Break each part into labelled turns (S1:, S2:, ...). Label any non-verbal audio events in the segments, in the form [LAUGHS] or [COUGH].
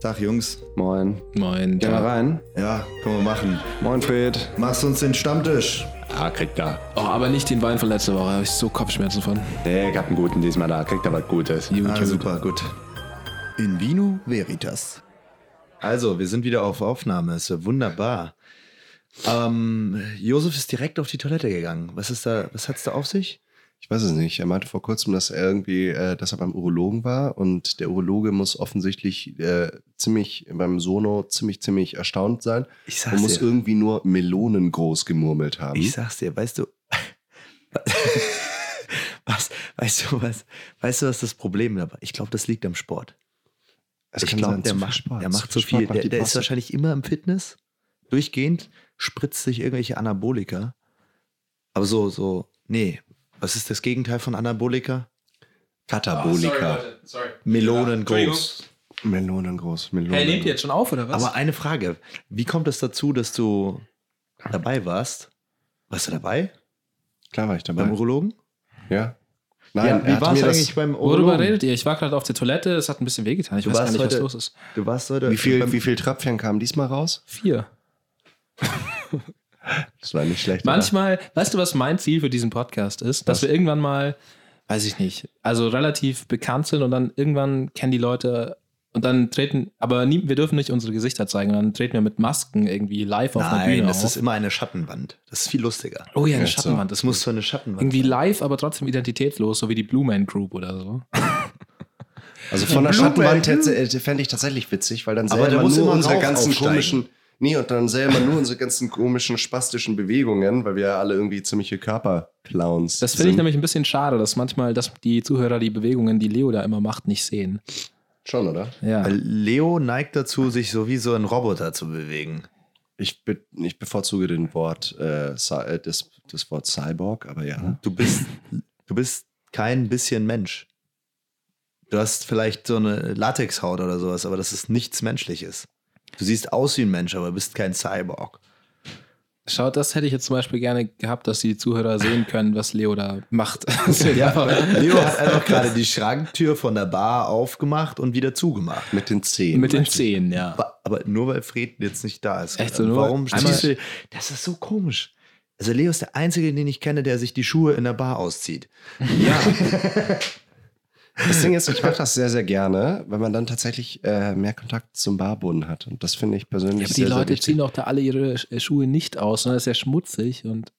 S1: Tag, Jungs.
S2: Moin.
S3: Moin.
S2: Geh mal
S3: Ja.
S2: rein.
S1: Ja, können wir machen.
S2: Moin, Fred.
S1: Machst uns den Stammtisch.
S3: Ah, kriegt da. Oh, aber nicht den Wein von letzter Woche. Da habe ich so Kopfschmerzen von.
S2: Nee, ich hab einen guten diesmal da. Kriegt er was Gutes.
S3: Gut,
S1: Ah,
S3: gut.
S1: super, gut. In vino veritas. Also, wir sind wieder auf Aufnahme. Ist ja wunderbar. Ähm, Josef ist direkt auf die Toilette gegangen. Was ist da, was hat's da auf sich?
S4: Ich weiß es nicht. Er meinte vor kurzem, dass er irgendwie, äh, dass er beim Urologen war und der Urologe muss offensichtlich äh, ziemlich beim Sono ziemlich, ziemlich erstaunt sein
S1: Ich
S4: und muss
S1: dir,
S4: irgendwie nur Melonen groß gemurmelt haben.
S1: ich sag's dir, weißt du, [LAUGHS] was, weißt du was, weißt du was das Problem dabei? Ich glaube, das liegt am Sport.
S4: Es
S1: ich
S4: kann
S1: glaube,
S4: sein,
S1: der,
S4: zu viel
S1: macht,
S4: Sport.
S1: der macht
S4: Zu
S1: so
S4: Sport
S1: viel.
S4: macht
S1: Der,
S4: die
S1: der ist
S4: Masse.
S1: wahrscheinlich immer im Fitness. Durchgehend spritzt sich irgendwelche Anabolika. Aber so, so, nee. Was ist das Gegenteil von Anabolika? Ah,
S4: Katabolika.
S1: Melonen groß.
S4: Melonen groß. Melonen
S3: Hey, nehmt ihr jetzt schon auf, oder was?
S1: Aber eine Frage. Wie kommt es dazu, dass du
S4: Ah.
S1: dabei warst? Warst du dabei?
S4: Klar war ich dabei.
S1: Beim Urologen?
S4: ja. Nein,
S1: ja,
S4: er
S1: wie
S4: hat
S1: war es
S4: mir das-
S1: eigentlich beim
S3: Worüber
S1: Urologen?
S3: redet ihr? Ich war gerade auf der Toilette, es hat ein bisschen wehgetan. Ich
S1: Du
S3: weiß gar
S1: warst
S3: nicht, was
S1: heute-
S3: los ist.
S1: Du warst heute.
S4: Wie viel,
S1: beim-
S4: wie viel Tröpfchen kamen diesmal raus?
S3: Vier.
S4: Das war nicht schlecht. oder?
S3: Manchmal, weißt du, was mein Ziel für diesen Podcast ist? Dass wir irgendwann mal, weiß ich nicht, also relativ bekannt sind und dann irgendwann kennen die Leute und dann treten, aber nie, wir dürfen nicht unsere Gesichter zeigen, dann treten wir mit Masken irgendwie live auf der
S1: Nein,
S3: Bühne
S1: das
S3: auf.
S1: ist immer eine Schattenwand. Das ist viel lustiger.
S3: oh ja, eine
S4: Ja, so.
S3: Schattenwand.
S1: Das
S3: Das
S1: muss
S3: muss
S1: so eine Schattenwand
S3: irgendwie
S1: sein.
S3: live, aber trotzdem identitätslos, so wie die Blue Man Group oder so.
S4: Also von der
S1: Blue
S4: Schattenwand
S1: Man.
S4: hätte, hätte, fände ich tatsächlich witzig, weil dann
S1: Aber
S4: sähe
S1: da
S4: man
S1: muss
S4: nur
S1: immer
S4: unsere
S1: rauf
S4: ganzen
S1: aufsteigen.
S4: komischen. Nee, und dann sähe man nur unsere ganzen komischen spastischen Bewegungen, weil wir ja alle irgendwie ziemliche Körperclowns
S3: Das finde
S4: sind.
S3: ich ne- nämlich ein bisschen schade, dass manchmal dass die Zuhörer die Bewegungen, die Leo da immer macht, nicht sehen.
S4: Schon, oder?
S3: Ja.
S1: Weil Leo neigt dazu, sich so wie so ein Roboter zu bewegen.
S4: Ich, be ich bevorzuge den Wort, äh, Cy- äh, das, das Wort Cyborg, aber
S3: Mhm.
S4: ja.
S1: Du bist, du bist kein bisschen Mensch. Du hast vielleicht so eine Latexhaut oder sowas, aber das ist nichts Menschliches. Du siehst aus wie ein Mensch, aber bist kein Cyborg.
S3: Schaut, das hätte ich jetzt zum Beispiel gerne gehabt, dass die Zuhörer sehen können, was Leo da
S4: [LAUGHS]
S3: macht. Das wäre einfach-
S1: Leo hat einfach gerade die Schranktür von der Bar aufgemacht und wieder zugemacht.
S4: Mit den Zehen.
S3: Mit den
S4: möchte ich-
S3: Zehen, ja.
S1: Aber, aber nur weil Fred jetzt nicht da ist.
S3: Echt so, nur
S1: Warum
S3: einmal-
S1: stehst du, Das ist so komisch. Also Leo ist der Einzige, den ich kenne, der sich die Schuhe in der Bar auszieht.
S4: Das Ding ist,
S3: [LAUGHS]
S4: ich mache das sehr, sehr gerne, weil man dann tatsächlich äh, mehr Kontakt zum Barboden hat. Und das finde ich persönlich
S3: Ja, aber die
S4: sehr, sehr
S3: Leute
S4: wichtig.
S3: ziehen doch da alle ihre Sch- äh, Schuhe nicht aus, sondern ist ja schmutzig und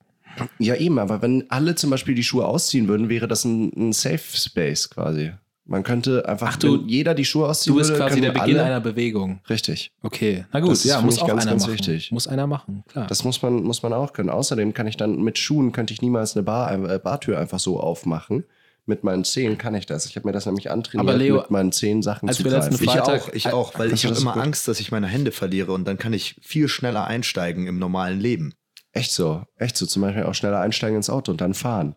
S4: Ja, eben, aber wenn alle zum Beispiel die Schuhe ausziehen würden, wäre das ein, ein Safe Space quasi. Man könnte einfach,
S3: Ach, du-
S4: wenn jeder die Schuhe ausziehen
S3: du bist
S4: würde,
S3: quasi der
S4: könnten
S3: Beginn
S4: alle,
S3: einer Bewegung.
S4: Richtig.
S3: Okay, na gut,
S4: Das ist
S3: ja,
S4: für
S3: muss
S4: mich
S3: auch
S4: ganz,
S3: einer
S4: ganz
S3: machen.
S4: wichtig.
S3: Muss einer machen, klar.
S4: Das muss man, muss man auch können. Außerdem kann ich dann mit Schuhen, könnte ich niemals eine Bar, äh, Bartür einfach so aufmachen. Mit meinen Zehen kann ich das. Ich habe mir das nämlich antrainiert,
S3: Aber Leo,
S4: mit meinen Zehen Sachen
S3: als
S4: zu
S3: wir letzten
S1: [LAUGHS]
S4: greifen.
S1: Ich
S3: Freitag-
S1: auch, ich auch, weil
S4: Kannst
S1: ich
S4: du
S1: habe
S4: das
S1: immer
S4: gut?
S1: Angst, dass ich meine Hände verliere und dann kann ich viel schneller einsteigen im normalen Leben.
S4: Echt so, echt so. Zum Beispiel auch schneller einsteigen ins Auto und dann fahren.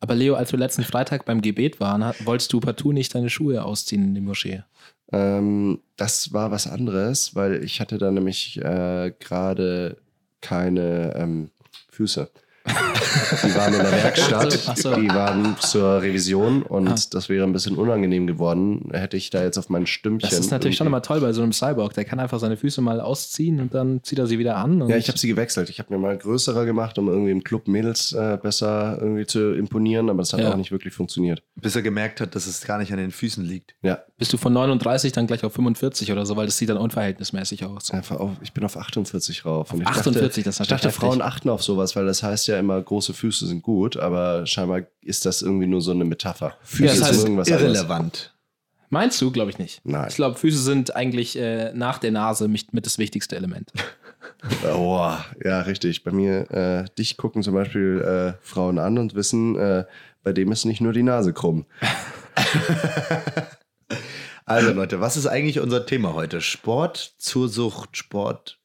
S3: Aber Leo, als wir letzten Freitag beim Gebet waren, hat- wolltest du partout nicht deine Schuhe ausziehen in die Moschee.
S4: Ähm, das war was anderes, weil ich hatte da nämlich äh, gerade keine ähm, Füße. Die waren
S3: [LAUGHS]
S4: in der Werkstatt,
S3: Ach so. Ah.
S4: die waren zur Revision und das wäre ein bisschen unangenehm geworden, hätte ich da jetzt auf mein Stümpchen.
S3: Das ist natürlich schon
S4: irgendwie-
S3: immer toll bei so einem Cyborg. Der kann einfach seine Füße mal ausziehen und dann zieht er sie wieder an. Und
S4: Ja, ich habe sie gewechselt. Ich habe mir mal größere gemacht, um irgendwie im Club Mädels äh, besser irgendwie zu imponieren, aber das hat
S3: Ja.
S4: auch nicht wirklich funktioniert.
S1: Bis er gemerkt hat, dass es gar nicht an den Füßen liegt.
S4: Ja,
S3: bist du von 39 dann gleich auf 45 oder so, weil das sieht dann unverhältnismäßig aus.
S4: einfach Äh, auf, ich bin auf 48 rauf. Und ich
S3: 48, das ist
S4: Ich dachte,
S3: natürlich
S4: Frauen achten auf sowas, weil das heißt ja immer, große Füße sind gut, aber scheinbar ist das irgendwie nur so eine Metapher.
S3: Ja,
S4: Füße
S3: das heißt,
S4: sind anderes.
S1: irrelevant.
S3: Meinst du? Glaube ich nicht.
S4: Nein.
S3: Ich glaube, Füße sind eigentlich äh, nach der Nase mit, mit das wichtigste Element.
S4: Oh, ja, richtig. Bei mir, äh, dich gucken zum Beispiel äh, Frauen an und wissen, äh, bei dem ist nicht nur die Nase krumm.
S1: Also Leute, was ist eigentlich unser Thema heute? Sport zur Sucht, Sport.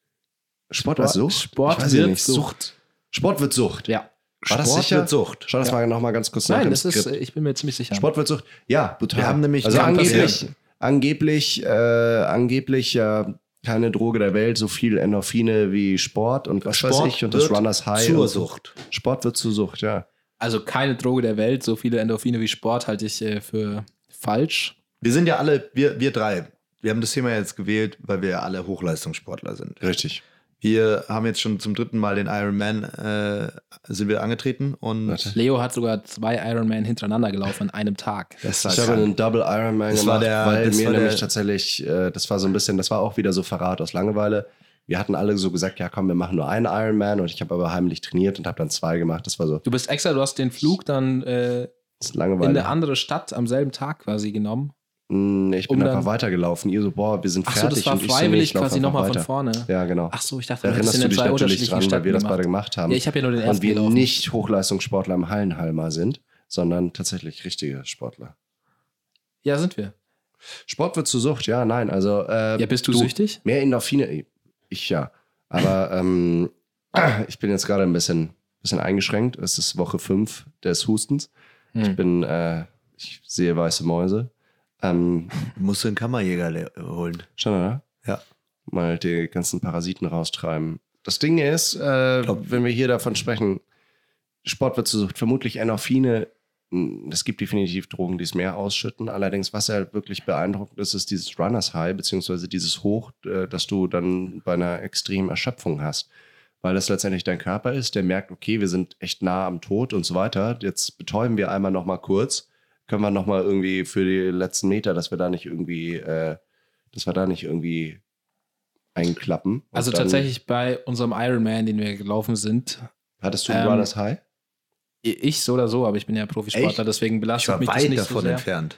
S4: Sport, als Sucht?
S3: Sport
S4: Ich weiß
S3: wird
S4: nicht.
S3: Sucht.
S4: Sport wird Sucht.
S3: Ja.
S4: War das
S1: Sport
S4: sicher?
S1: wird Sucht.
S4: Schau das mal nochmal ganz kurz nach
S3: Nein,
S4: im
S3: das ist,
S4: Skript.
S3: äh, ich bin mir ziemlich sicher.
S4: Sport wird Sucht. Ja, brutal.
S1: Wir haben nämlich-
S4: also
S1: kann
S4: angeblich,
S1: passieren.
S4: angeblich, äh, angeblich ja keine Droge der Welt, so viel Endorphine wie Sport und was weiß ich und das
S1: wird
S4: Runners High.
S1: Zur
S4: und so.
S1: Sucht.
S4: Sport wird zur Sucht, ja.
S3: Also keine Droge der Welt, so viele Endorphine wie Sport halte ich äh, für falsch.
S1: Wir sind ja alle, wir, wir drei wir haben das Thema jetzt gewählt, weil wir alle Hochleistungssportler sind.
S4: Richtig.
S1: Wir haben jetzt schon zum dritten Mal den Ironman äh, sind wir angetreten und
S4: Warte.
S3: Leo hat sogar zwei Ironman hintereinander gelaufen an einem Tag.
S1: das war
S4: Ich habe
S1: krank.
S4: einen Double Ironman
S1: Das
S4: gemacht,
S1: war der-
S4: weil
S1: das
S4: mir
S1: war der-
S4: nämlich tatsächlich, äh, das war so ein bisschen, das war auch wieder so Verrat aus Langeweile. Wir hatten alle so gesagt, ja komm, wir machen nur einen Ironman und ich habe aber heimlich trainiert und habe dann zwei gemacht. Das war so
S3: Du bist extra, du hast den Flug dann äh,
S4: das ist
S3: in
S4: Langeweile.
S3: eine andere Stadt am selben Tag quasi genommen.
S4: Mm, ich bin
S3: um
S4: einfach
S3: dann-
S4: weitergelaufen. Ihr so, boah, wir sind
S3: Ach so,
S4: fertig.
S3: das war
S4: und ich so, nee,
S3: freiwillig
S4: ich lauf
S3: quasi
S4: einfach
S3: nochmal von
S4: weiter.
S3: vorne.
S4: Ja, genau.
S3: Ach so, ich
S4: da
S3: dachte, du hättest
S4: erinnerst
S3: in
S4: du
S3: den
S4: dich
S3: zwei
S4: natürlich
S3: unterschiedlichen
S4: dran, weil
S3: Städten
S4: wir das
S3: gemacht.
S4: beide gemacht haben.
S3: Ja, ich habe ja nur den ersten
S4: und wir
S3: gelaufen.
S4: nicht Hochleistungssportler im Hallenhall mal sind, sondern tatsächlich richtige Sportler.
S3: Ja, sind wir.
S4: Sport wird zu Sucht, ja, nein. Also, äh,
S3: Ja, bist du,
S4: du-
S3: süchtig?
S4: Mehr Endorphine. äh, Ich ja.
S3: [LAUGHS]
S4: Aber ähm, [CLEARS THROAT] ich bin jetzt gerade ein bisschen, bisschen eingeschränkt. Es ist Woche 5 des Hustens.
S3: Mhm. Hm.
S4: Ich bin, äh, ich sehe weiße Mäuse. Ähm,
S1: musst du einen Kammerjäger le- holen.
S4: schon, oder?
S1: Ja.
S4: Mal die ganzen Parasiten raustreiben. Das Ding ist, äh,
S1: Glaub-
S4: wenn wir hier davon sprechen, Sport wird zu Sucht, vermutlich Endorphine. mh, Es gibt definitiv Drogen, die es mehr ausschütten. Allerdings, was ja wirklich beeindruckend ist, ist dieses Runners High, beziehungsweise dieses Hoch, äh, das du dann bei einer extremen Erschöpfung hast. Weil das letztendlich dein Körper ist, der merkt, okay, wir sind echt nah am Tod und so weiter. Jetzt betäuben wir einmal nochmal kurz. Können wir nochmal irgendwie für die letzten Meter, dass wir da nicht irgendwie, äh, dass wir da nicht irgendwie einklappen. Und
S3: Also
S4: dann-
S3: tatsächlich bei unserem Ironman, den wir gelaufen sind,
S4: Hattest du
S3: ähm,
S4: Runners High?
S3: ich so oder so, aber ich bin ja Profisportler,
S1: Echt?
S3: deswegen
S1: Ich
S3: belastet
S1: war
S3: mich das
S1: weit
S3: nicht
S1: davon
S3: so sehr.
S1: entfernt.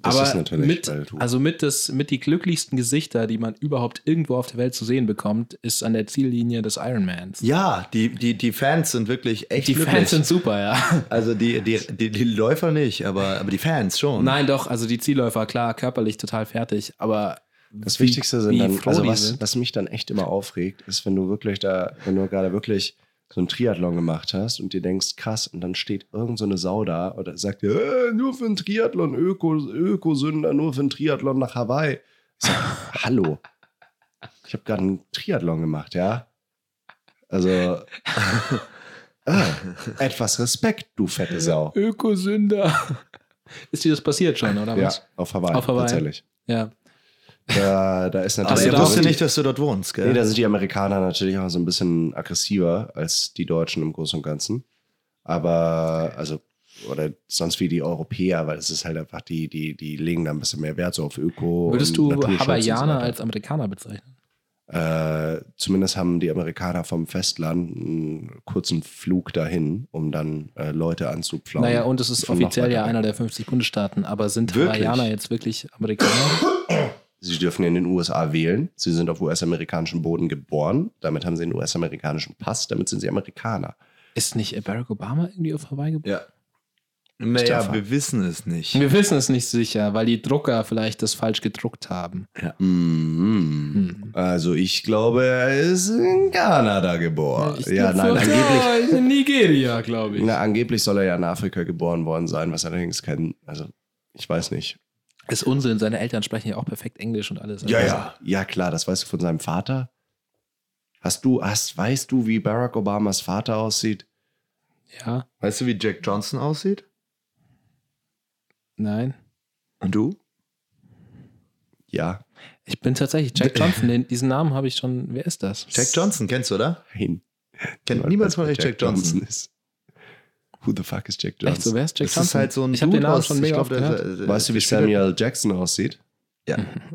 S4: Das
S3: aber
S4: ist natürlich,
S3: mit,
S4: weil du
S3: also mit, das, mit die glücklichsten Gesichter, die man überhaupt irgendwo auf der Welt zu sehen bekommt, ist an der Ziellinie des Ironmans.
S1: Ja, die, die, die Fans sind wirklich echt
S3: die
S1: glücklich.
S3: Fans sind super, ja.
S1: also die, die, die, die Läufer nicht, aber, aber die Fans schon.
S3: Nein, doch, also die Zielläufer, klar, körperlich total fertig, aber
S4: Das
S3: wie-
S4: Wichtigste sind
S3: wie
S4: dann,
S3: froh
S4: also
S3: die
S4: was,
S3: sind.
S4: was mich dann echt immer aufregt, ist, wenn du wirklich da, wenn du gerade wirklich so einen Triathlon gemacht hast und dir denkst, krass, und dann steht irgend so eine Sau da oder sagt dir, äh, nur für einen Triathlon, Öko, Ökosünder, nur für einen Triathlon nach Hawaii. Ich sag, [LAUGHS] hallo, ich habe gerade einen Triathlon gemacht, ja? Also, [LAUGHS] ah, etwas Respekt, du fette Sau.
S3: Ökosünder. [LAUGHS] Ist dir das passiert schon, oder
S4: Ja,
S3: was?
S4: auf Hawaii,
S3: Auf Hawaii.
S4: tatsächlich.
S3: Ja.
S4: Da, da ist natürlich
S1: aber
S3: Also
S1: ihr
S3: da
S1: wusste
S3: sind die-
S1: nicht, dass du dort wohnst, gell?
S4: Nee, da sind die Amerikaner natürlich auch so ein bisschen aggressiver als die Deutschen im Großen und Ganzen. Aber, also, oder sonst wie die Europäer, weil es ist halt einfach, die, die, die legen da ein bisschen mehr Wert so auf Öko.
S3: Würdest
S4: und
S3: du
S4: Naturschutz und
S3: Hawaiianer
S4: so
S3: als Amerikaner bezeichnen?
S4: weiter. Äh, zumindest haben die Amerikaner vom Festland einen kurzen Flug dahin, um dann äh, Leute anzupflaumen.
S3: Naja, und es ist
S4: Von noch
S3: offiziell ja
S4: weiter
S3: einer
S4: weg.
S3: der 50 Bundesstaaten, aber sind
S1: Wirklich?
S3: Hawaiianer jetzt wirklich Amerikaner?
S4: Sie dürfen in den USA wählen. Sie sind auf US-amerikanischem Boden geboren. Damit haben sie einen US-amerikanischen Pass. Damit sind sie Amerikaner.
S3: Ist nicht Barack Obama irgendwie auf Hawaii geboren?
S1: ja. Naja,
S4: Stefan.
S1: wir wissen es nicht.
S3: Wir wissen es nicht sicher, weil die Drucker vielleicht das falsch gedruckt haben.
S4: Mhm.
S3: Hm.
S4: Also ich glaube, er ist in Kanada geboren.
S3: Ich
S4: ja,
S3: glaub,
S4: nein,
S3: so-
S4: angeblich,
S3: Ja, in Nigeria, glaube ich.
S4: na, angeblich soll er ja in Afrika geboren worden sein, was allerdings kein, also ich weiß nicht.
S3: Ist Unsinn, seine Eltern sprechen ja auch perfekt Englisch und alles.
S1: Ja,
S3: Also,
S1: ja.
S4: Ja klar, das weißt du von seinem Vater. Hast du, hast, weißt du, wie Barack Obamas Vater aussieht?
S3: Ja,
S1: Weißt du, wie Jack Johnson aussieht?
S3: nein.
S1: Und du?
S4: Ja,
S3: Ich bin tatsächlich
S1: [LAUGHS]
S3: Jack Johnson. Den, diesen Namen habe ich schon. Wer ist das?
S1: Jack Johnson, kennst du, oder?
S4: nein.
S1: Kennt
S4: Niemand
S1: niemand
S4: weiß,
S1: von
S4: wer
S1: euch Jack Johnson.
S4: ist. Who the fuck is Jack
S3: Echt so,
S4: Johnson?
S3: wer ist Jack
S1: Das
S3: Johnson?
S1: ist halt so ein
S3: ich habe den
S1: Dude
S3: Namen
S1: aus-
S3: schon
S1: ich
S3: mega
S1: glaub,
S3: oft
S1: der-
S3: gehört.
S1: der- der-
S4: weißt du, wie
S1: der spielt-
S4: Samuel Jackson aussieht?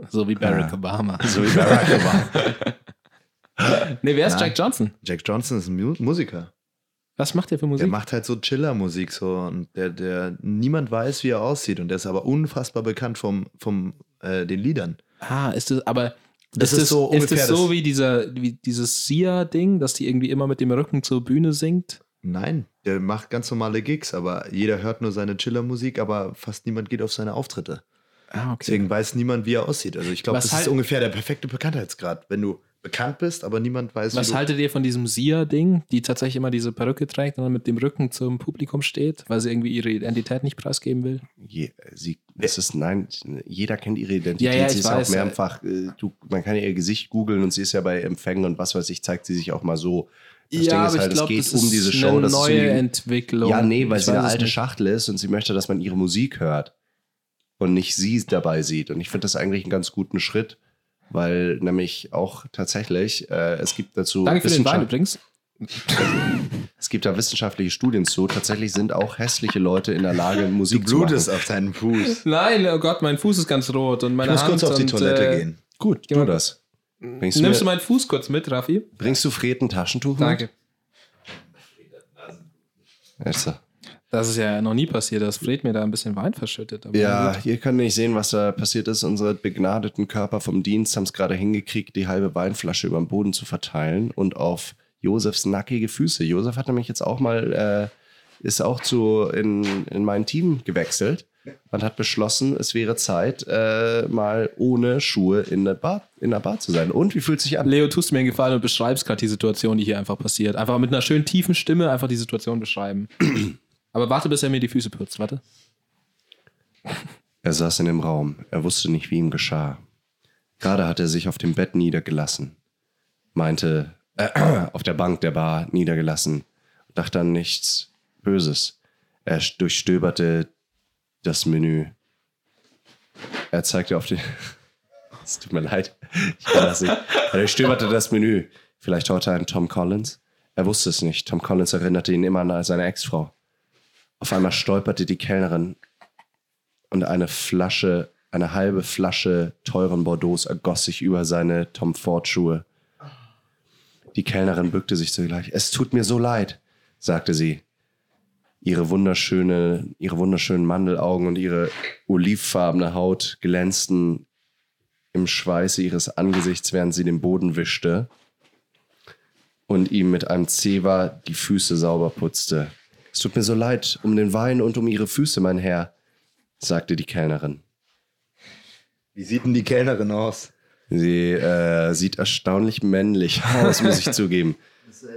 S3: So wie Barack
S4: Ja.
S3: Obama.
S1: [LAUGHS]
S4: So wie Barack Obama.
S3: Nee, wer ist
S1: Nein.
S3: Jack Johnson?
S1: Jack Johnson ist ein Mu Musiker.
S3: Was macht der für Musik?
S1: Der macht halt so Chiller-Musik so und der, der niemand weiß, wie er aussieht und der ist aber unfassbar bekannt vom, vom äh, den Liedern.
S3: ah, ist das, aber.
S1: Das ist so
S3: ist
S1: ungefähr
S3: das so
S1: das-
S3: wie, dieser, wie dieses Sia-Ding, dass die irgendwie immer mit dem Rücken zur Bühne singt?
S1: Nein, der macht ganz normale Gigs, aber jeder hört nur seine Chiller-Musik, aber fast niemand geht auf seine Auftritte.
S3: Ah, okay.
S1: Deswegen weiß niemand, wie er aussieht. Also ich glaube,
S3: Was
S1: das
S3: halt-
S1: ist ungefähr der perfekte Bekanntheitsgrad, wenn du bekannt bist, aber niemand weiß, wie
S3: Was halt
S1: du
S3: haltet ihr von diesem Sia-Ding, die tatsächlich immer diese Perücke trägt und dann mit dem Rücken zum Publikum steht, weil sie irgendwie ihre Identität nicht preisgeben will?
S4: [LAUGHS] Je, sie, es ist, nein, jeder kennt ihre Identität.
S3: Ja, ja,
S4: sie
S3: ich
S4: ist
S3: weiß,
S4: auch mehrfach, äh, du, man kann ihr Gesicht googeln und sie ist ja bei Empfängen und was weiß ich, zeigt sie sich auch mal so. Das Ding ist halt, es
S3: glaub,
S4: geht um diese Show.
S3: eine
S4: das
S3: neue
S4: ist um
S3: Entwicklung.
S4: die, ja, nee, weil
S3: Ich
S4: sie eine
S3: weiß es
S4: alte
S3: nicht.
S4: Schachtel ist und sie möchte, dass man ihre Musik hört. und nicht sie dabei sieht. Und ich finde das eigentlich einen ganz guten Schritt, weil nämlich auch tatsächlich, äh, es gibt dazu
S3: Danke für den Wein
S4: Wissenschaft-
S3: übrigens.
S4: es gibt da wissenschaftliche Studien zu, tatsächlich sind auch hässliche Leute in der Lage, Musik zu machen.
S1: auf deinen Fuß.
S3: Nein, oh Gott, mein Fuß ist ganz rot und meine
S1: Ich muss
S3: Hand
S1: kurz auf die
S3: und,
S1: Toilette
S3: äh,
S1: gehen.
S4: Gut,
S3: Geh mal-
S4: tu das. Bringst du, mir,
S3: Nimmst du meinen Fuß kurz mit, Raffi?
S4: bringst du Fred ein Taschentuch
S3: Danke.
S4: mit? Also.
S3: Das ist ja noch nie passiert, dass Fred mir da ein bisschen Wein verschüttet. aber
S4: Ja,
S3: gut.
S4: ihr könnt nicht sehen, was da passiert ist. Unsere begnadeten Körper vom Dienst haben es gerade hingekriegt, die halbe Weinflasche über den Boden zu verteilen und auf Josefs nackige Füße. Josef hat nämlich jetzt auch mal, äh, ist auch zu in, in mein Team gewechselt und hat beschlossen, es wäre Zeit, äh, mal ohne Schuhe in der, Bar, in der Bar zu sein. Und wie fühlt sich an?
S3: Leo, tust mir einen Gefallen und beschreibst gerade die Situation, die hier einfach passiert. Einfach mit einer schönen tiefen Stimme einfach die Situation
S4: [CLEARS THROAT]
S3: beschreiben. Aber warte, bis er mir die Füße putzt. Warte.
S4: Er saß in dem Raum, er wusste nicht, wie ihm geschah. Gerade hatte er sich auf dem Bett niedergelassen, meinte, äh, [CLEARS THROAT] auf der Bank der Bar niedergelassen, dachte an nichts Böses. Er sch- durchstöberte das Menü. Er zeigte auf den. [LAUGHS] Es tut mir leid, ich kann das nicht. Er durchstöberte das Menü. Vielleicht heute ein Tom Collins? Er wusste es nicht. Tom Collins erinnerte ihn immer an seine Ex-Frau. Auf einmal stolperte die Kellnerin und eine Flasche, eine halbe Flasche teuren Bordeaux ergoss sich über seine Tom Ford Schuhe. Die Kellnerin bückte sich zugleich. Es tut mir so leid, sagte sie. Ihre wunderschöne, ihre wunderschönen Mandelaugen und ihre olivfarbene Haut glänzten im Schweiße ihres Angesichts, während sie den Boden wischte und ihm mit einem Zewa die Füße sauber putzte. Es tut mir so leid um den Wein und um ihre Füße, mein Herr, sagte die Kellnerin.
S1: Wie sieht denn die Kellnerin aus?
S4: Sie äh, sieht erstaunlich männlich [LAUGHS] aus, muss ich zugeben.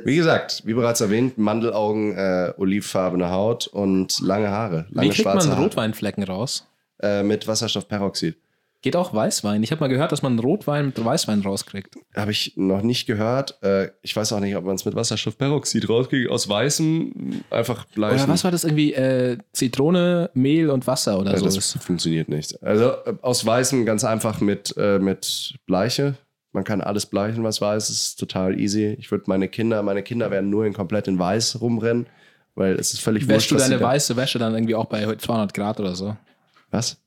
S4: Wie gesagt, wie bereits erwähnt, Mandelaugen, äh, olivfarbene Haut und lange Haare, lange
S3: Wie kriegt man
S4: schwarze
S3: Rotweinflecken raus?
S4: Haare äh, mit Wasserstoffperoxid.
S3: Geht auch Weißwein. Ich habe mal gehört, dass man Rotwein mit Weißwein rauskriegt.
S4: Habe ich noch nicht gehört. Äh, ich weiß auch nicht, ob man es mit Wasserstoffperoxid rauskriegt. Aus weißem einfach bleichen.
S3: Oder was war das irgendwie? Äh, Zitrone, Mehl und Wasser oder
S4: Äh,
S3: so.
S4: das
S3: ist.
S4: funktioniert nicht. Also äh, aus Weißem ganz einfach mit, äh, mit Bleiche. Man kann alles bleichen, was weiß. Es ist total easy. Ich würde meine Kinder, meine Kinder werden nur in komplett in Weiß rumrennen, weil es ist völlig
S3: Wäschst du
S4: was
S3: deine
S4: sie da-
S3: weiße Wäsche dann irgendwie auch bei 200 Grad oder so?
S4: Was?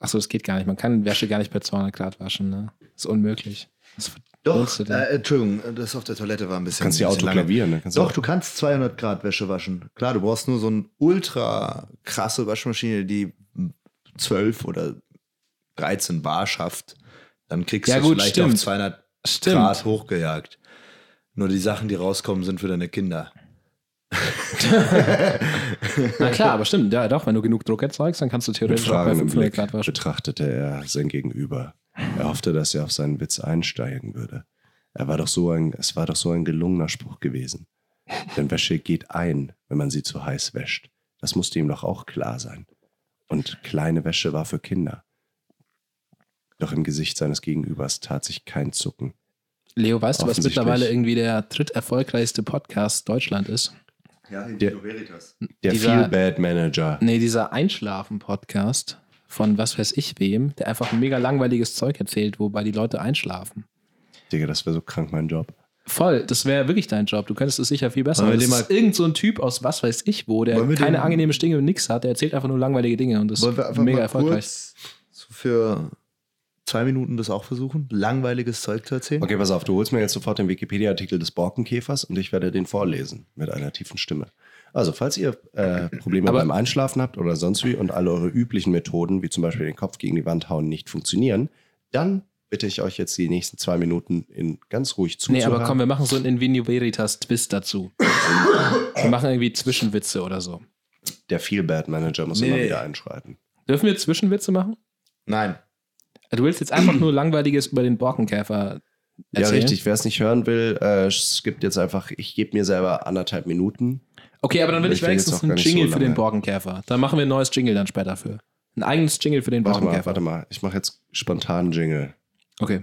S3: Achso, das geht gar nicht. Man kann Wäsche gar nicht bei 200 Grad waschen. Ne? Ist unmöglich. Das
S1: Doch,
S3: verdunstet
S1: äh,
S3: dann.
S1: Entschuldigung, das auf der Toilette war ein bisschen.
S4: Du kannst die
S1: ein bisschen lange.
S4: autoklavieren. Ne? Kannst
S1: Doch,
S4: auch-
S1: du kannst 200 Grad Wäsche waschen. Klar, du brauchst nur so eine ultra krasse Waschmaschine, die 12 oder 13 Bar schafft. Dann kriegst
S3: Ja,
S1: du
S3: gut,
S1: vielleicht
S3: stimmt.
S1: auf 200
S3: Stimmt.
S1: Grad hochgejagt. Nur die Sachen, die rauskommen, sind für deine Kinder.
S3: Na klar, aber stimmt. Ja, doch, wenn du genug Druck erzeugst, dann kannst du
S4: Mit
S3: theoretisch auch bei
S4: fragendem
S3: 500
S4: Blick
S3: Grad waschen.
S4: betrachtete er sein Gegenüber. Er hoffte, dass er auf seinen Witz einsteigen würde. Er war doch so ein, es war doch so ein gelungener Spruch gewesen. Denn Wäsche geht ein, wenn man sie zu heiß wäscht. Das musste ihm doch auch klar sein. Und kleine Wäsche war für Kinder. Doch im Gesicht seines Gegenübers tat sich kein Zucken.
S3: Leo, weißt du, was
S4: Offensichtlich.
S3: mittlerweile irgendwie der dritterfolgreichste Podcast Deutschland ist?
S1: Ja,
S4: Vino
S1: Veritas.
S4: Der
S3: Dieser-
S4: Feel Bad Manager.
S3: Nee, dieser Einschlafen-Podcast von was weiß ich wem, der einfach mega langweiliges Zeug erzählt, wobei die Leute einschlafen.
S4: Digga, das wäre so krank mein Job.
S3: Voll, das wäre wirklich dein Job. Du könntest es sicher viel besser.
S1: Wollen wir
S3: Das
S1: den
S3: ist irgend so ein Typ aus was weiß ich wo, der
S1: Wollen wir
S3: keine
S1: den-
S3: angenehme Stimme und nix hat, der erzählt einfach nur langweilige Dinge und ist
S1: Wollen wir einfach
S3: mega
S1: mal
S3: erfolgreich.
S1: kurz so für zwei Minuten das auch versuchen? Langweiliges Zeug zu
S3: Mhm.
S1: erzählen?
S4: Okay, pass auf, du holst mir jetzt sofort den Wikipedia-Artikel des Borkenkäfers und ich werde den vorlesen mit einer tiefen Stimme. Also, falls ihr äh, Probleme
S3: Aber-
S4: beim Einschlafen habt oder sonst wie und alle eure üblichen Methoden, wie zum Beispiel den Kopf gegen die Wand hauen, nicht funktionieren, dann bitte ich euch jetzt die nächsten zwei Minuten in ganz ruhig
S3: Nee,
S4: zuzuhören.
S3: aber komm, wir machen so einen Invenio Veritas Twist dazu. wir machen irgendwie Zwischenwitze oder so.
S4: Der Feel-Bad-Manager muss
S1: Nee.
S4: immer wieder einschreiten.
S3: Dürfen wir Zwischenwitze machen? Also,
S1: Nein.
S3: Du willst jetzt einfach nur langweiliges über den Borkenkäfer erzählen?
S4: Ja, richtig. Wer es nicht hören will, äh, skippt jetzt einfach, ich gebe mir selber anderthalb Minuten.
S3: Okay, aber dann will ich,
S4: Ich will jetzt
S3: wenigstens
S4: auch gar
S3: einen
S4: nicht so
S3: Jingle für den
S4: lange.
S3: Borkenkäfer. Dann machen wir ein neues Jingle dann später für. Ein eigenes Jingle für den
S4: Warte mal,
S3: Borkenkäfer.
S4: warte mal. Ich mache jetzt spontan Jingle.
S3: Okay.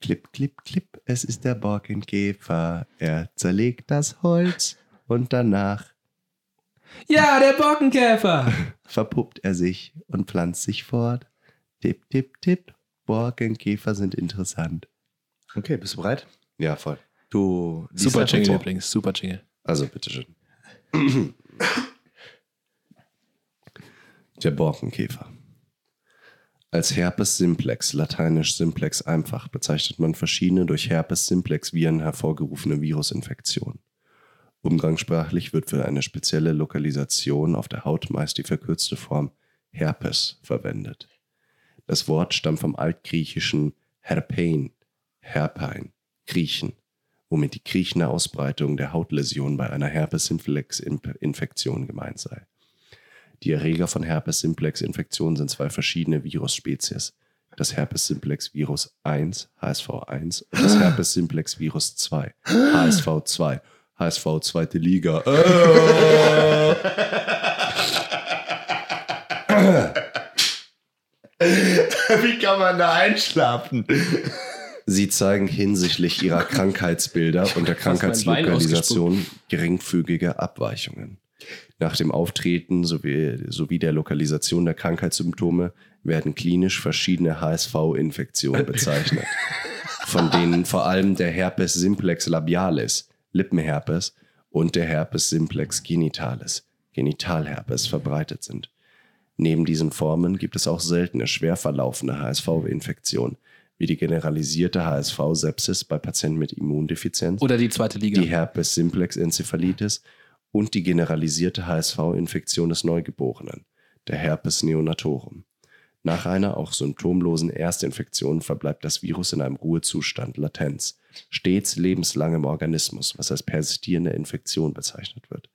S4: Klipp, klipp, klipp, es ist der Borkenkäfer. Er zerlegt das Holz und danach
S3: Ja, der Borkenkäfer.
S4: verpuppt er sich und pflanzt sich fort. Tipp, tipp, tipp. Borkenkäfer sind interessant.
S1: Okay, bist du bereit?
S4: Ja, voll.
S1: Du liest
S3: Super
S1: einfach
S3: Jingle
S1: vor.
S3: übrigens, super Jingle.
S4: Also bitteschön. Der Borkenkäfer. Als Herpes simplex, lateinisch simplex einfach, bezeichnet man verschiedene durch Herpes simplex Viren hervorgerufene Virusinfektionen. Umgangssprachlich wird für eine spezielle Lokalisation auf der Haut meist die verkürzte Form Herpes verwendet. Das Wort stammt vom altgriechischen Herpein, Herpein, Griechen, womit die kriechende Ausbreitung der Hautläsion bei einer Herpes-Simplex-Infektion gemeint sei. Die Erreger von Herpes-Simplex-Infektionen sind zwei verschiedene Virusspezies. Das Herpes-Simplex-Virus 1, HSV1, und das Herpes-Simplex-Virus 2, HSV2, HSV zweite Liga. Äh.
S1: [LAUGHS] Wie kann man da einschlafen?
S4: Sie zeigen hinsichtlich ihrer Krankheitsbilder und
S3: fast mein
S4: der
S3: Bein
S4: Krankheitslokalisation geringfügige Abweichungen. Nach dem Auftreten sowie, sowie der Lokalisation der Krankheitssymptome werden klinisch verschiedene HSV-Infektionen bezeichnet, von denen vor allem der Herpes simplex labialis, Lippenherpes, und der Herpes simplex genitalis, Genitalherpes, verbreitet sind. Neben diesen Formen gibt es auch seltene, schwer verlaufende HSV-Infektionen, wie die generalisierte HSV-Sepsis bei Patienten mit Immundefizienz,
S3: Oder die zweite Liga.
S4: die Herpes simplex Enzephalitis und die generalisierte HSV-Infektion des Neugeborenen, der Herpes neonatorum. Nach einer auch symptomlosen Erstinfektion verbleibt das Virus in einem Ruhezustand, Latenz, stets lebenslang im Organismus, was als persistierende Infektion bezeichnet wird.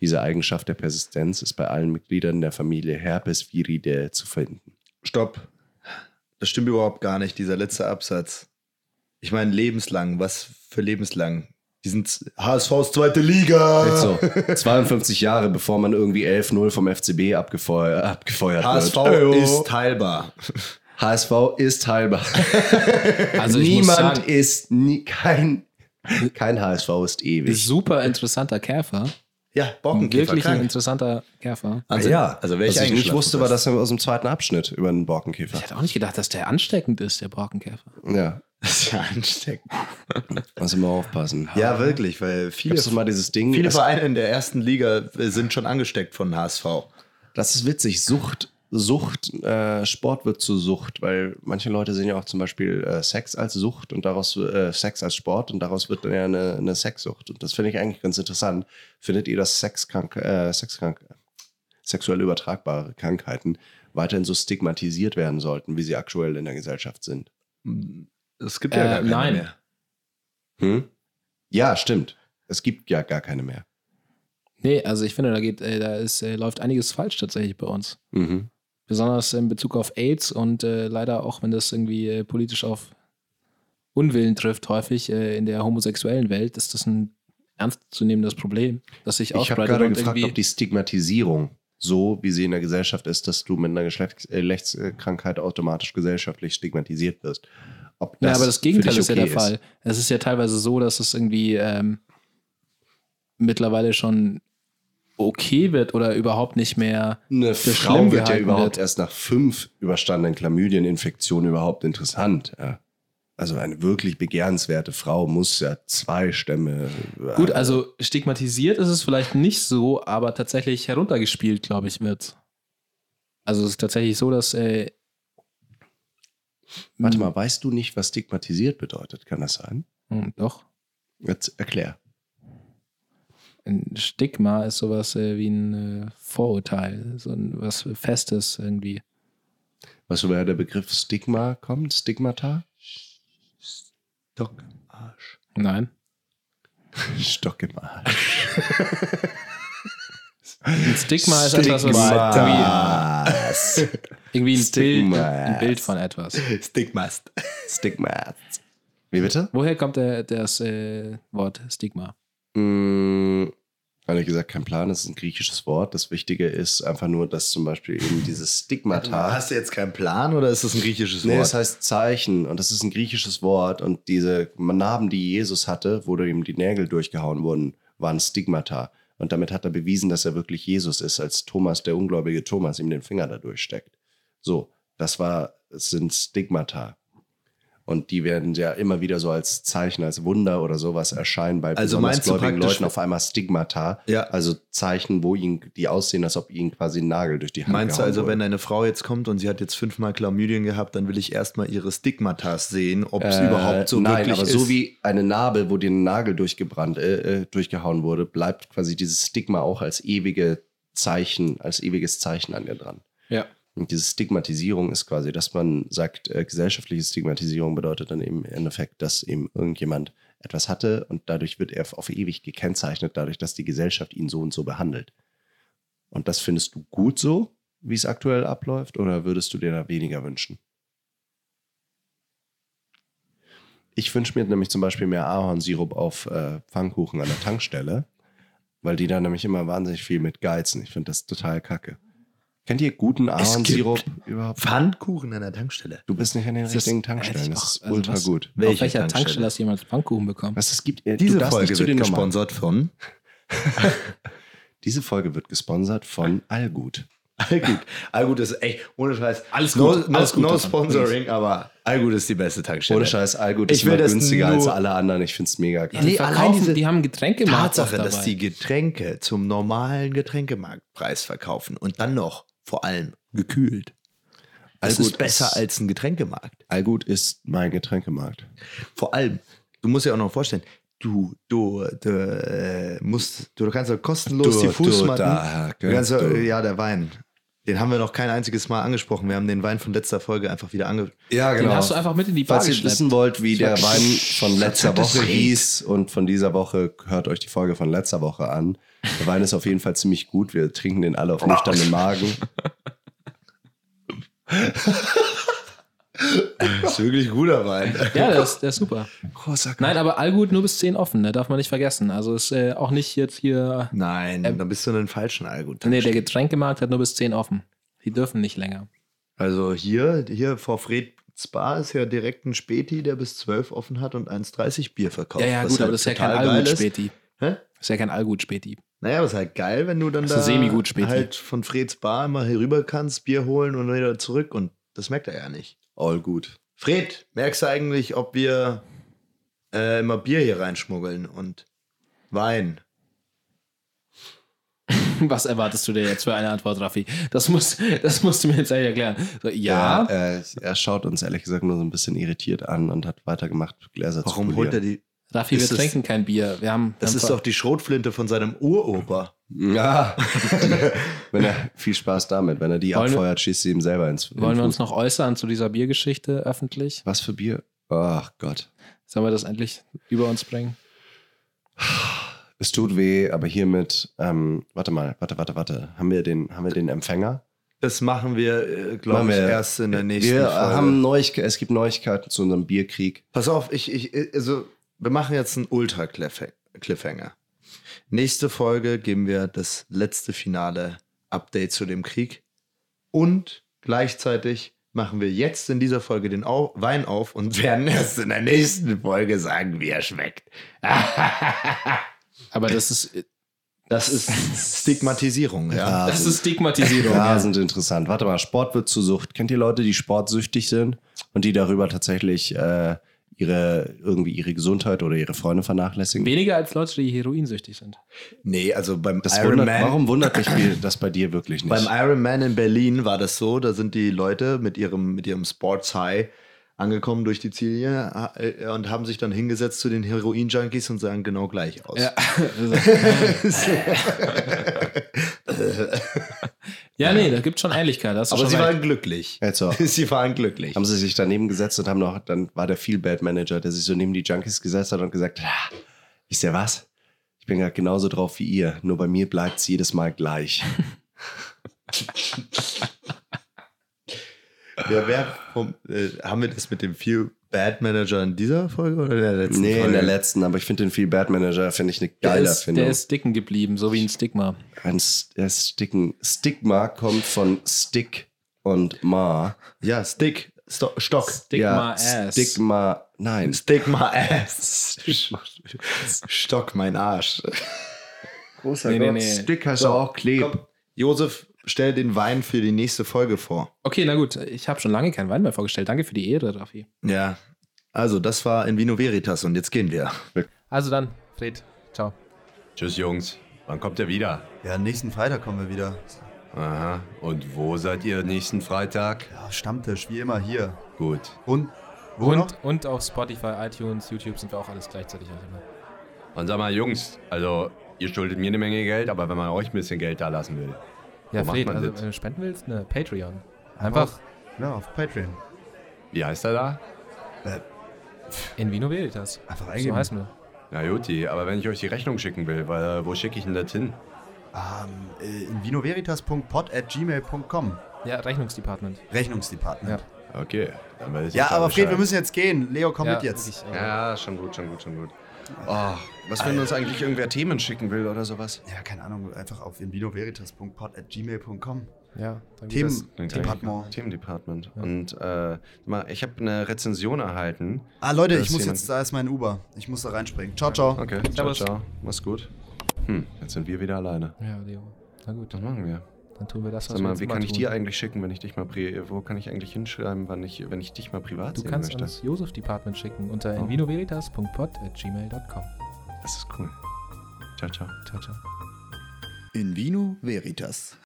S4: Diese Eigenschaft der Persistenz ist bei allen Mitgliedern der Familie Herpes viridae zu finden.
S1: Stopp. Das stimmt überhaupt gar nicht, dieser letzte Absatz. Ich meine, lebenslang, was für lebenslang? Die sind z- HSVs zweite Liga.
S4: Echt so. 52 Jahre, bevor man irgendwie 11-0 vom FCB abgefeuert, abgefeuert
S1: HSV
S4: wird. Ayo.
S1: ist teilbar.
S4: HSV ist heilbar.
S3: Also ich muss
S4: Niemand
S3: sagen,
S4: ist nie, kein, kein HSV ist ewig.
S3: super interessanter Käfer.
S1: Ja, Borkenkäfer.
S3: Wirklich ein
S1: krank.
S3: interessanter Käfer.
S1: Also, ja, also wer
S4: Was ich nicht
S1: eingeschlafen
S4: wusste, war das aus dem zweiten Abschnitt über den Borkenkäfer.
S3: Ich hätte auch nicht gedacht, dass der ansteckend ist, der Borkenkäfer.
S4: Ja,
S1: Das ist ja ansteckend.
S4: muss immer Also aufpassen.
S1: [LAUGHS] Ja, wirklich, weil viele,
S4: Gibt's doch mal dieses Ding.
S1: viele
S4: es-
S1: Vereine in der ersten Liga äh, sind schon angesteckt von HSV.
S4: Das ist witzig. Sucht, Sucht, äh, Sport wird zu Sucht, weil manche Leute sehen ja auch zum Beispiel äh, Sex als Sucht und daraus äh, Sex als Sport und daraus wird dann ja eine, eine Sexsucht. Und das finde ich eigentlich ganz interessant. Findet ihr, dass Sexkrank, äh, Sexkrank, sexuell übertragbare Krankheiten weiterhin so stigmatisiert werden sollten, wie sie aktuell in der Gesellschaft sind?
S1: Es gibt
S3: Äh,
S1: ja gar keine
S3: nein.
S1: mehr.
S4: Hm? Ja, stimmt. Es gibt ja gar keine mehr.
S3: Nee, also ich finde, da geht, äh, da ist, äh, läuft einiges falsch tatsächlich bei uns.
S4: Mhm.
S3: Besonders in Bezug auf AIDS und äh, leider auch, wenn das irgendwie äh, politisch auf Unwillen trifft, häufig äh, in der homosexuellen Welt, ist das ein ernstzunehmendes Problem, das sich
S4: Ich habe
S3: ausbreitet.
S4: gerade
S3: und
S4: gefragt,
S3: irgendwie-
S4: ob die Stigmatisierung so, wie sie in der Gesellschaft ist, dass du mit einer Geschlechts- äh, Geschlechtskrankheit automatisch gesellschaftlich stigmatisiert wirst. Ob
S3: Ja,
S4: das
S3: aber das Gegenteil
S4: für
S3: ist
S4: dich
S3: ja
S4: okay
S3: der Fall. Es ist ja teilweise so, dass es irgendwie ähm, mittlerweile schon okay wird oder überhaupt nicht mehr.
S4: Eine
S3: schlimm
S4: Frau wird ja
S3: gehalten
S4: überhaupt
S3: wird.
S4: erst nach fünf überstandenen Chlamydieninfektionen überhaupt interessant. Ja. Also eine wirklich begehrenswerte Frau muss ja zwei Stämme. äh,
S3: Gut, also stigmatisiert ist es vielleicht nicht so, aber tatsächlich heruntergespielt, glaube ich, wird. Also es ist tatsächlich so, dass äh,
S4: Warte mal, weißt du nicht, was stigmatisiert bedeutet? Kann das sein?
S3: hm, doch
S4: Jetzt erklär.
S3: ein Stigma ist sowas äh, wie ein äh, Vorurteil, so ein, was Festes irgendwie.
S4: Weißt du, woher der Begriff Stigma kommt? Stigmata? [LAUGHS]
S1: [LAUGHS] Stock, Arsch.
S3: Nein.
S4: Stock im Arsch.
S3: Ein Stigma ist etwas, was
S4: Stigmas.
S3: irgendwie,
S4: [LAUGHS]
S3: irgendwie ein, Bild,
S4: Stigmas.
S3: ein Bild von etwas.
S1: Stigmast.
S4: Stigmas. Wie bitte?
S3: Woher kommt der, das äh, Wort Stigma?
S4: Mm, ehrlich gesagt, kein Plan. Das ist ein griechisches Wort. Das Wichtige ist einfach nur, dass zum Beispiel eben dieses Stigmata.
S1: Hast du jetzt keinen Plan oder ist das ein griechisches
S4: Nee,
S1: Wort?
S4: es heißt Zeichen und das ist ein griechisches Wort. Und diese Narben, die Jesus hatte, wo ihm die Nägel durchgehauen wurden, waren Stigmata. Und damit hat er bewiesen, dass er wirklich Jesus ist, als Thomas, der ungläubige Thomas, ihm den Finger da durchsteckt. So, das war, es sind Stigmata. Und die werden ja immer wieder so als Zeichen, als Wunder oder sowas erscheinen bei
S1: Also
S4: besonders
S1: meinst du
S4: gläubigen
S1: praktisch-
S4: Leuten auf einmal Stigmata.
S1: Ja.
S4: Also Zeichen, wo ihnen die aussehen, als ob ihnen quasi ein Nagel durch die Hand
S1: Meinst du
S4: gehauen
S1: also,
S4: wurde.
S1: wenn deine Frau jetzt kommt und sie hat jetzt fünfmal Chlamydien gehabt, dann will ich erstmal ihre Stigmatas sehen, ob es
S4: Äh,
S1: überhaupt so
S4: nein,
S1: wirklich
S4: aber
S1: ist?
S4: so wie eine Narbe, wo dir ein Nagel durchgebrannt, äh, äh, durchgehauen wurde, bleibt quasi dieses Stigma auch als ewige Zeichen, als ewiges Zeichen an dir dran.
S3: Ja.
S4: Und diese Stigmatisierung ist quasi, dass man sagt, äh, gesellschaftliche Stigmatisierung bedeutet dann eben im Endeffekt, dass eben irgendjemand etwas hatte und dadurch wird er auf ewig gekennzeichnet, dadurch, dass die Gesellschaft ihn so und so behandelt. Und das findest du gut so, wie es aktuell abläuft, oder würdest du dir da weniger wünschen? Ich wünsche mir nämlich zum Beispiel mehr Ahornsirup auf äh, Pfannkuchen an der Tankstelle, weil die da nämlich immer wahnsinnig viel mit geizen. Ich finde das total kacke. Kennt ihr guten Ahornsirup überhaupt?
S1: Pfannkuchen an der Tankstelle.
S4: Du bist nicht an den
S3: Das ist-
S4: richtigen
S3: hätte
S4: Tankstellen.
S3: ich
S4: Das ist
S3: auch- also
S4: ultra
S3: was-
S4: gut.
S1: Welche
S3: Auf welcher Tankstelle?
S1: Tankstelle
S3: hast du jemals Pfannkuchen bekommen?
S4: Was es gibt, äh, du
S1: Diese
S4: darfst
S1: Folge
S4: nicht zu
S1: wird
S4: den Nummern.
S1: gesponsert [LAUGHS] von.
S4: Diese Folge wird gesponsert von Allgut.
S1: Allgut. Allgut ist echt, ohne Scheiß.
S3: Alles
S1: no,
S3: gut,
S1: No,
S3: alles gut
S1: no
S3: davon.
S1: Sponsoring, aber Allgut ist die beste Tankstelle.
S4: Ohne Scheiß, Allgut ist
S1: Ich will
S4: immer
S1: das
S4: günstiger
S1: nur-
S4: als alle anderen. Ich finde es mega geil.
S3: die
S1: Nee,
S3: verkaufen,
S1: allein diese
S3: die haben Getränke
S1: Tatsache, dass die Getränke zum normalen Getränkemarktpreis verkaufen und dann noch vor allem gekühlt. Das
S4: Allgut
S1: ist besser als ein Getränkemarkt.
S4: Allgut ist mein Getränkemarkt.
S1: Vor allem, du musst dir auch noch vorstellen, du, du, du äh, musst, du, du kannst doch kostenlos
S4: Du-
S1: die
S4: du
S1: Fußmatten.
S4: da,
S1: du
S4: gell,
S1: kannst, doch-
S4: du.
S1: Ja, der Wein. Den haben wir noch kein einziges Mal angesprochen. Wir haben den Wein von letzter Folge einfach wieder ange.
S4: Ja,
S3: Den hast du einfach mit in die Bar
S4: Falls ihr
S3: geschleppt.
S4: wissen wollt, wie der
S1: war-
S4: Wein von letzter
S1: Das
S4: Woche
S1: riecht.
S4: hieß und von dieser Woche, hört euch die Folge von letzter Woche an. Der Wein ist auf jeden Fall ziemlich gut. Wir trinken den alle auf nüchternen Magen.
S1: Das ist wirklich guter Wein.
S3: Ja, der ist, der ist super. Nein, aber Allgut nur bis 10 offen, ne? darf man nicht vergessen. Also ist äh, auch nicht jetzt hier.
S1: Nein, dann bist du in den falschen Allgut.
S3: Nee, der Getränkemarkt hat nur bis 10 offen. Die dürfen nicht länger.
S1: Also hier, hier vor Fred Spa ist ja direkt ein Späti, der bis 12 offen hat und 1,30 Bier verkauft.
S3: Ja, ja,
S1: was
S3: gut, aber
S1: halt
S3: das ist ja kein
S1: total geil ist.
S3: Allgut-Späti.
S1: Hä?
S3: Ist ja kein Allgut-Späti.
S1: Naja, aber ist halt geil, wenn du dann
S3: Das
S1: da
S3: ist ein Semi-Gut-Späti.
S1: halt von Freds Bar immer hier rüber kannst, Bier holen und wieder zurück und das merkt er ja nicht.
S4: All gut.
S1: Fred, merkst du eigentlich, ob wir äh, immer Bier hier reinschmuggeln und Wein?
S3: [LAUGHS] Was erwartest du dir jetzt für eine Antwort, Raffi? Das, muss, das musst du mir jetzt eigentlich erklären. So, ja,
S4: Er, äh, er schaut uns ehrlich gesagt nur so ein bisschen irritiert an und hat weitergemacht, Gläser zu
S1: Warum holt er die?
S3: Raffi, wir
S1: ist das-
S3: trinken kein Bier. Wir haben,
S1: Das
S3: wir
S1: ist
S3: haben
S1: doch die Schrotflinte von seinem Uropa.
S4: Ja. wenn er, [LAUGHS] viel Spaß damit. Wenn er die
S3: Wollen wir-
S4: abfeuert, schießt sie ihm selber ins in den
S3: Wollen wir uns
S4: Fuß.
S3: noch äußern zu dieser Biergeschichte öffentlich?
S4: Was für Bier? Ach Gott.
S3: Sollen wir das endlich über uns bringen?
S4: Es tut weh, aber hiermit, ähm, warte mal, warte, warte, warte. Haben wir den, haben wir den Empfänger?
S1: Das machen wir,
S4: Machen
S1: glaube ich,
S4: wir.
S1: erst in der nächsten
S4: wir
S1: Folge.
S4: haben Neuigkeiten, es gibt Neuigkeiten zu unserem Bierkrieg.
S1: Pass auf, ich, ich, also, wir machen jetzt einen Ultra-Cliffhanger. Nächste Folge geben wir das letzte finale Update zu dem Krieg. Und gleichzeitig machen wir jetzt in dieser Folge den Au Wein auf und [LAUGHS] werden erst in der nächsten Folge sagen, wie er schmeckt.
S3: Aber das ist,
S1: Das
S4: [LAUGHS]
S1: ist Stigmatisierung, ja.
S3: das ist Stigmatisierung.
S4: Ja, sind interessant. Warte mal, Sport wird zu Sucht. Kennt ihr Leute, die sportsüchtig sind und die darüber tatsächlich äh, ihre, irgendwie ihre Gesundheit oder ihre Freunde vernachlässigen?
S3: Weniger als Leute, die heroinsüchtig sind.
S1: Nee, also beim
S4: Das
S1: Iron
S4: wundert,
S1: Man.
S4: warum wundert mich mir das bei dir wirklich nicht?
S1: Beim Iron Man in Berlin war das so, da sind die Leute mit ihrem, mit ihrem Sports High angekommen durch die Ziellinie äh, und haben sich dann hingesetzt zu den Heroin-Junkies und sahen genau gleich aus.
S3: [LAUGHS] Ja, nee, da gibt schon Ähnlichkeit. da Hast du
S1: Aber
S3: schon
S1: sie
S3: recht.
S1: waren glücklich.
S4: Also,
S1: [LAUGHS] Sie waren glücklich.
S4: haben sie sich daneben gesetzt und haben noch, dann war der Feel Bad Manager, der sich so neben die Junkies gesetzt hat und gesagt, ah, wisst ihr was? Ich bin gerade genauso drauf wie ihr, nur bei mir bleibt es jedes Mal gleich.
S1: Ja, wer vom, äh, haben wir das mit dem Few Bad Manager in dieser Folge oder in der letzten
S4: Nee,
S1: Folge?
S4: in der letzten, aber ich finde den Feel Bad Manager, finde ich eine
S3: der,
S4: geile
S3: ist, der
S4: Erfindung.
S3: ist dicken geblieben, so wie ein Stigma.
S4: Ein S- der ist Sticken. Stigma kommt von Stick und Ma.
S1: Ja, Stick, Sto Stock.
S3: Stigma
S4: ja,
S3: ass.
S4: Stigma, nein. [LAUGHS]
S1: Stick my ass. Stock mein Arsch.
S4: Großer
S3: Nee, nee,
S4: Gott.
S3: nee.
S4: Sticker
S1: So,
S4: auch kleb.
S1: Komm, Josef, stell den Wein für die nächste Folge vor.
S3: Okay, na gut. Ich habe schon lange keinen Wein mehr vorgestellt. Danke für die Ehre, Raffi.
S1: Ja. Also, das war in Vino Veritas und jetzt gehen wir.
S3: Also dann, Fred. Ciao.
S5: Tschüss, Jungs. Wann kommt ihr wieder?
S6: Ja, nächsten Freitag kommen wir wieder.
S5: Aha. Und wo seid ihr nächsten Freitag?
S6: Ja, Stammtisch, wie immer hier.
S5: Gut.
S6: Und wo noch?
S3: Und, und auf Spotify, iTunes, YouTube sind wir auch alles gleichzeitig. Also
S5: Und sag mal, Jungs, also ihr schuldet mir eine Menge Geld, aber wenn man euch ein bisschen Geld da lassen will.
S3: Ja,
S5: Wo macht
S3: Fred,
S5: man
S3: also
S5: das?
S3: wenn du spenden willst, ne, Patreon. Einfach
S6: Ja, auf Patreon.
S5: Wie heißt er da?
S3: in Vino Veritas.
S5: Ah,
S6: Einfach
S3: So
S6: eingeben.
S3: heißen wir.
S5: Na Juti, aber wenn ich euch die Rechnung schicken will, weil, äh, wo schicke ich denn das hin?
S6: Ähm, äh, in vinoveritas.pod.gmail.com.
S3: Ja, Rechnungsdepartment.
S6: Rechnungsdepartment.
S3: Ja.
S5: Okay, dann weiß ich
S6: Ja,
S5: jetzt
S6: ne? aber Fred,
S5: Bescheid.
S6: wir müssen jetzt gehen. Leo, komm
S3: ja,
S6: mit jetzt.
S3: wirklich, aber-
S5: Ja, schon gut, schon gut, schon gut. Oh, was, wenn uns eigentlich irgendwer Themen schicken will oder sowas?
S6: Ja, keine Ahnung, einfach auf invinoveritas.pod.gmail.com.
S3: ja dann geht das.
S6: Themen,
S5: Danke.
S6: Department.
S5: Themendepartment. Und äh, mal, ich habe eine Rezension erhalten.
S6: Ah, Leute,
S5: Da
S6: ich
S5: ist
S6: muss
S5: jemand.
S6: jetzt, da ist mein Uber. Ich muss da reinspringen. Ciao, ciao.
S5: Okay,
S3: Servus.
S5: ciao, ciao. Mach's gut. Hm, jetzt sind wir wieder alleine.
S3: Ja, Leo. Na gut,
S5: Was machen wir? Also
S3: dann tun wir das, was
S5: Mhm. Sag
S3: wir
S5: mal,
S3: uns
S5: wie
S3: immer
S5: kann ich
S3: tun.
S5: dir eigentlich schicken, wenn ich dich mal pri wo kann ich eigentlich hinschreiben, wann ich, wenn ich dich mal privat
S3: Du
S5: sehen
S3: kannst
S5: möchte?
S3: ans Josef-Department schicken unter
S5: Oh.
S3: invinoveritas.pod.gmail.com.
S5: Das ist cool. Ciao, ciao.
S3: Ciao, ciao.
S1: In Vino Veritas.